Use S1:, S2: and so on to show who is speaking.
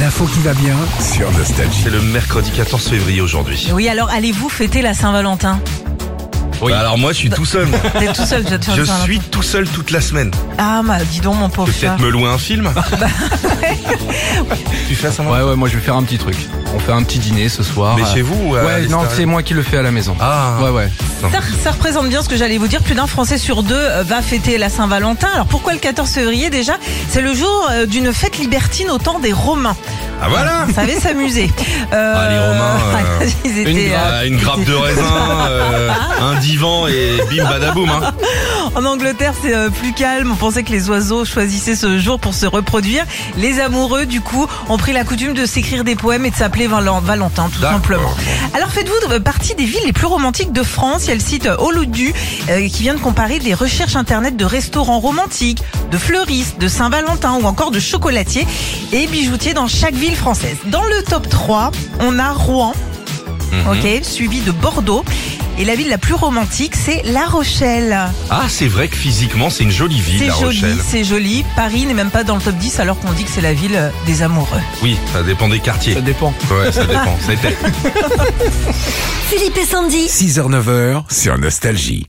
S1: L'info qui va bien sur Nostalgie.
S2: C'est le mercredi 14 février aujourd'hui.
S3: Oui, alors allez-vous fêter la Saint-Valentin
S2: Bah alors moi je suis tout seul. moi.
S3: T'es tout seul, tu vas te faire
S2: Je
S3: le Saint-Valentin.
S2: suis tout seul toute la semaine.
S3: Ah, bah, dis donc, mon pauvre chat.
S2: Peut-être me louer un film Tu fais ça moi
S4: Bah, Ouais, ouais, moi je vais faire un petit truc. On fait un petit dîner ce soir.
S2: Mais
S4: Euh,
S2: chez vous ou à
S4: Ouais, non,
S2: l'extérieur
S4: c'est moi qui le fais à la maison.
S2: Ah.
S4: Ouais, ouais.
S3: Ça, ça représente bien ce que j'allais vous dire. Plus d'un Français sur deux euh, va fêter la Saint-Valentin. Alors pourquoi le 14 février déjà C'est le jour euh, d'une fête libertine au temps des Romains.
S2: Ah voilà
S3: Ça avait s'amuser. Euh,
S2: Ah, les Romains, euh,
S3: ils
S4: une
S3: étaient, euh,
S2: Ah, Une grappe de raisin, euh, un divan et bim badaboum. Hein.
S3: En Angleterre, c'est euh, plus calme. On pensait que les oiseaux choisissaient ce jour pour se reproduire. Les amoureux, du coup, ont pris la coutume de s'écrire des poèmes et de s'appeler Val- Valentin, tout
S2: D'accord.
S3: simplement. Alors faites-vous de- partie des villes les plus romantiques de France. Il y a le site euh, Holodu euh, qui vient de comparer les recherches internet de restaurants romantiques, de fleuristes, de Saint-Valentin ou encore de chocolatiers et bijoutiers dans chaque ville française. Dans le top 3, on a Rouen. Ok, suivi de Bordeaux. Et la ville la plus romantique, c'est La Rochelle.
S2: Ah c'est vrai que physiquement c'est une jolie ville
S3: C'est
S2: La
S3: joli,
S2: Rochelle.
S3: c'est joli. Paris n'est même pas dans le top 10 alors qu'on dit que c'est la ville euh, des amoureux.
S2: Oui, ça dépend des quartiers.
S4: dépend.
S2: Ouais, ça dépend. Ça dépend.
S5: Philippe et Sandy.
S1: 6h-9h sur Nostalgie.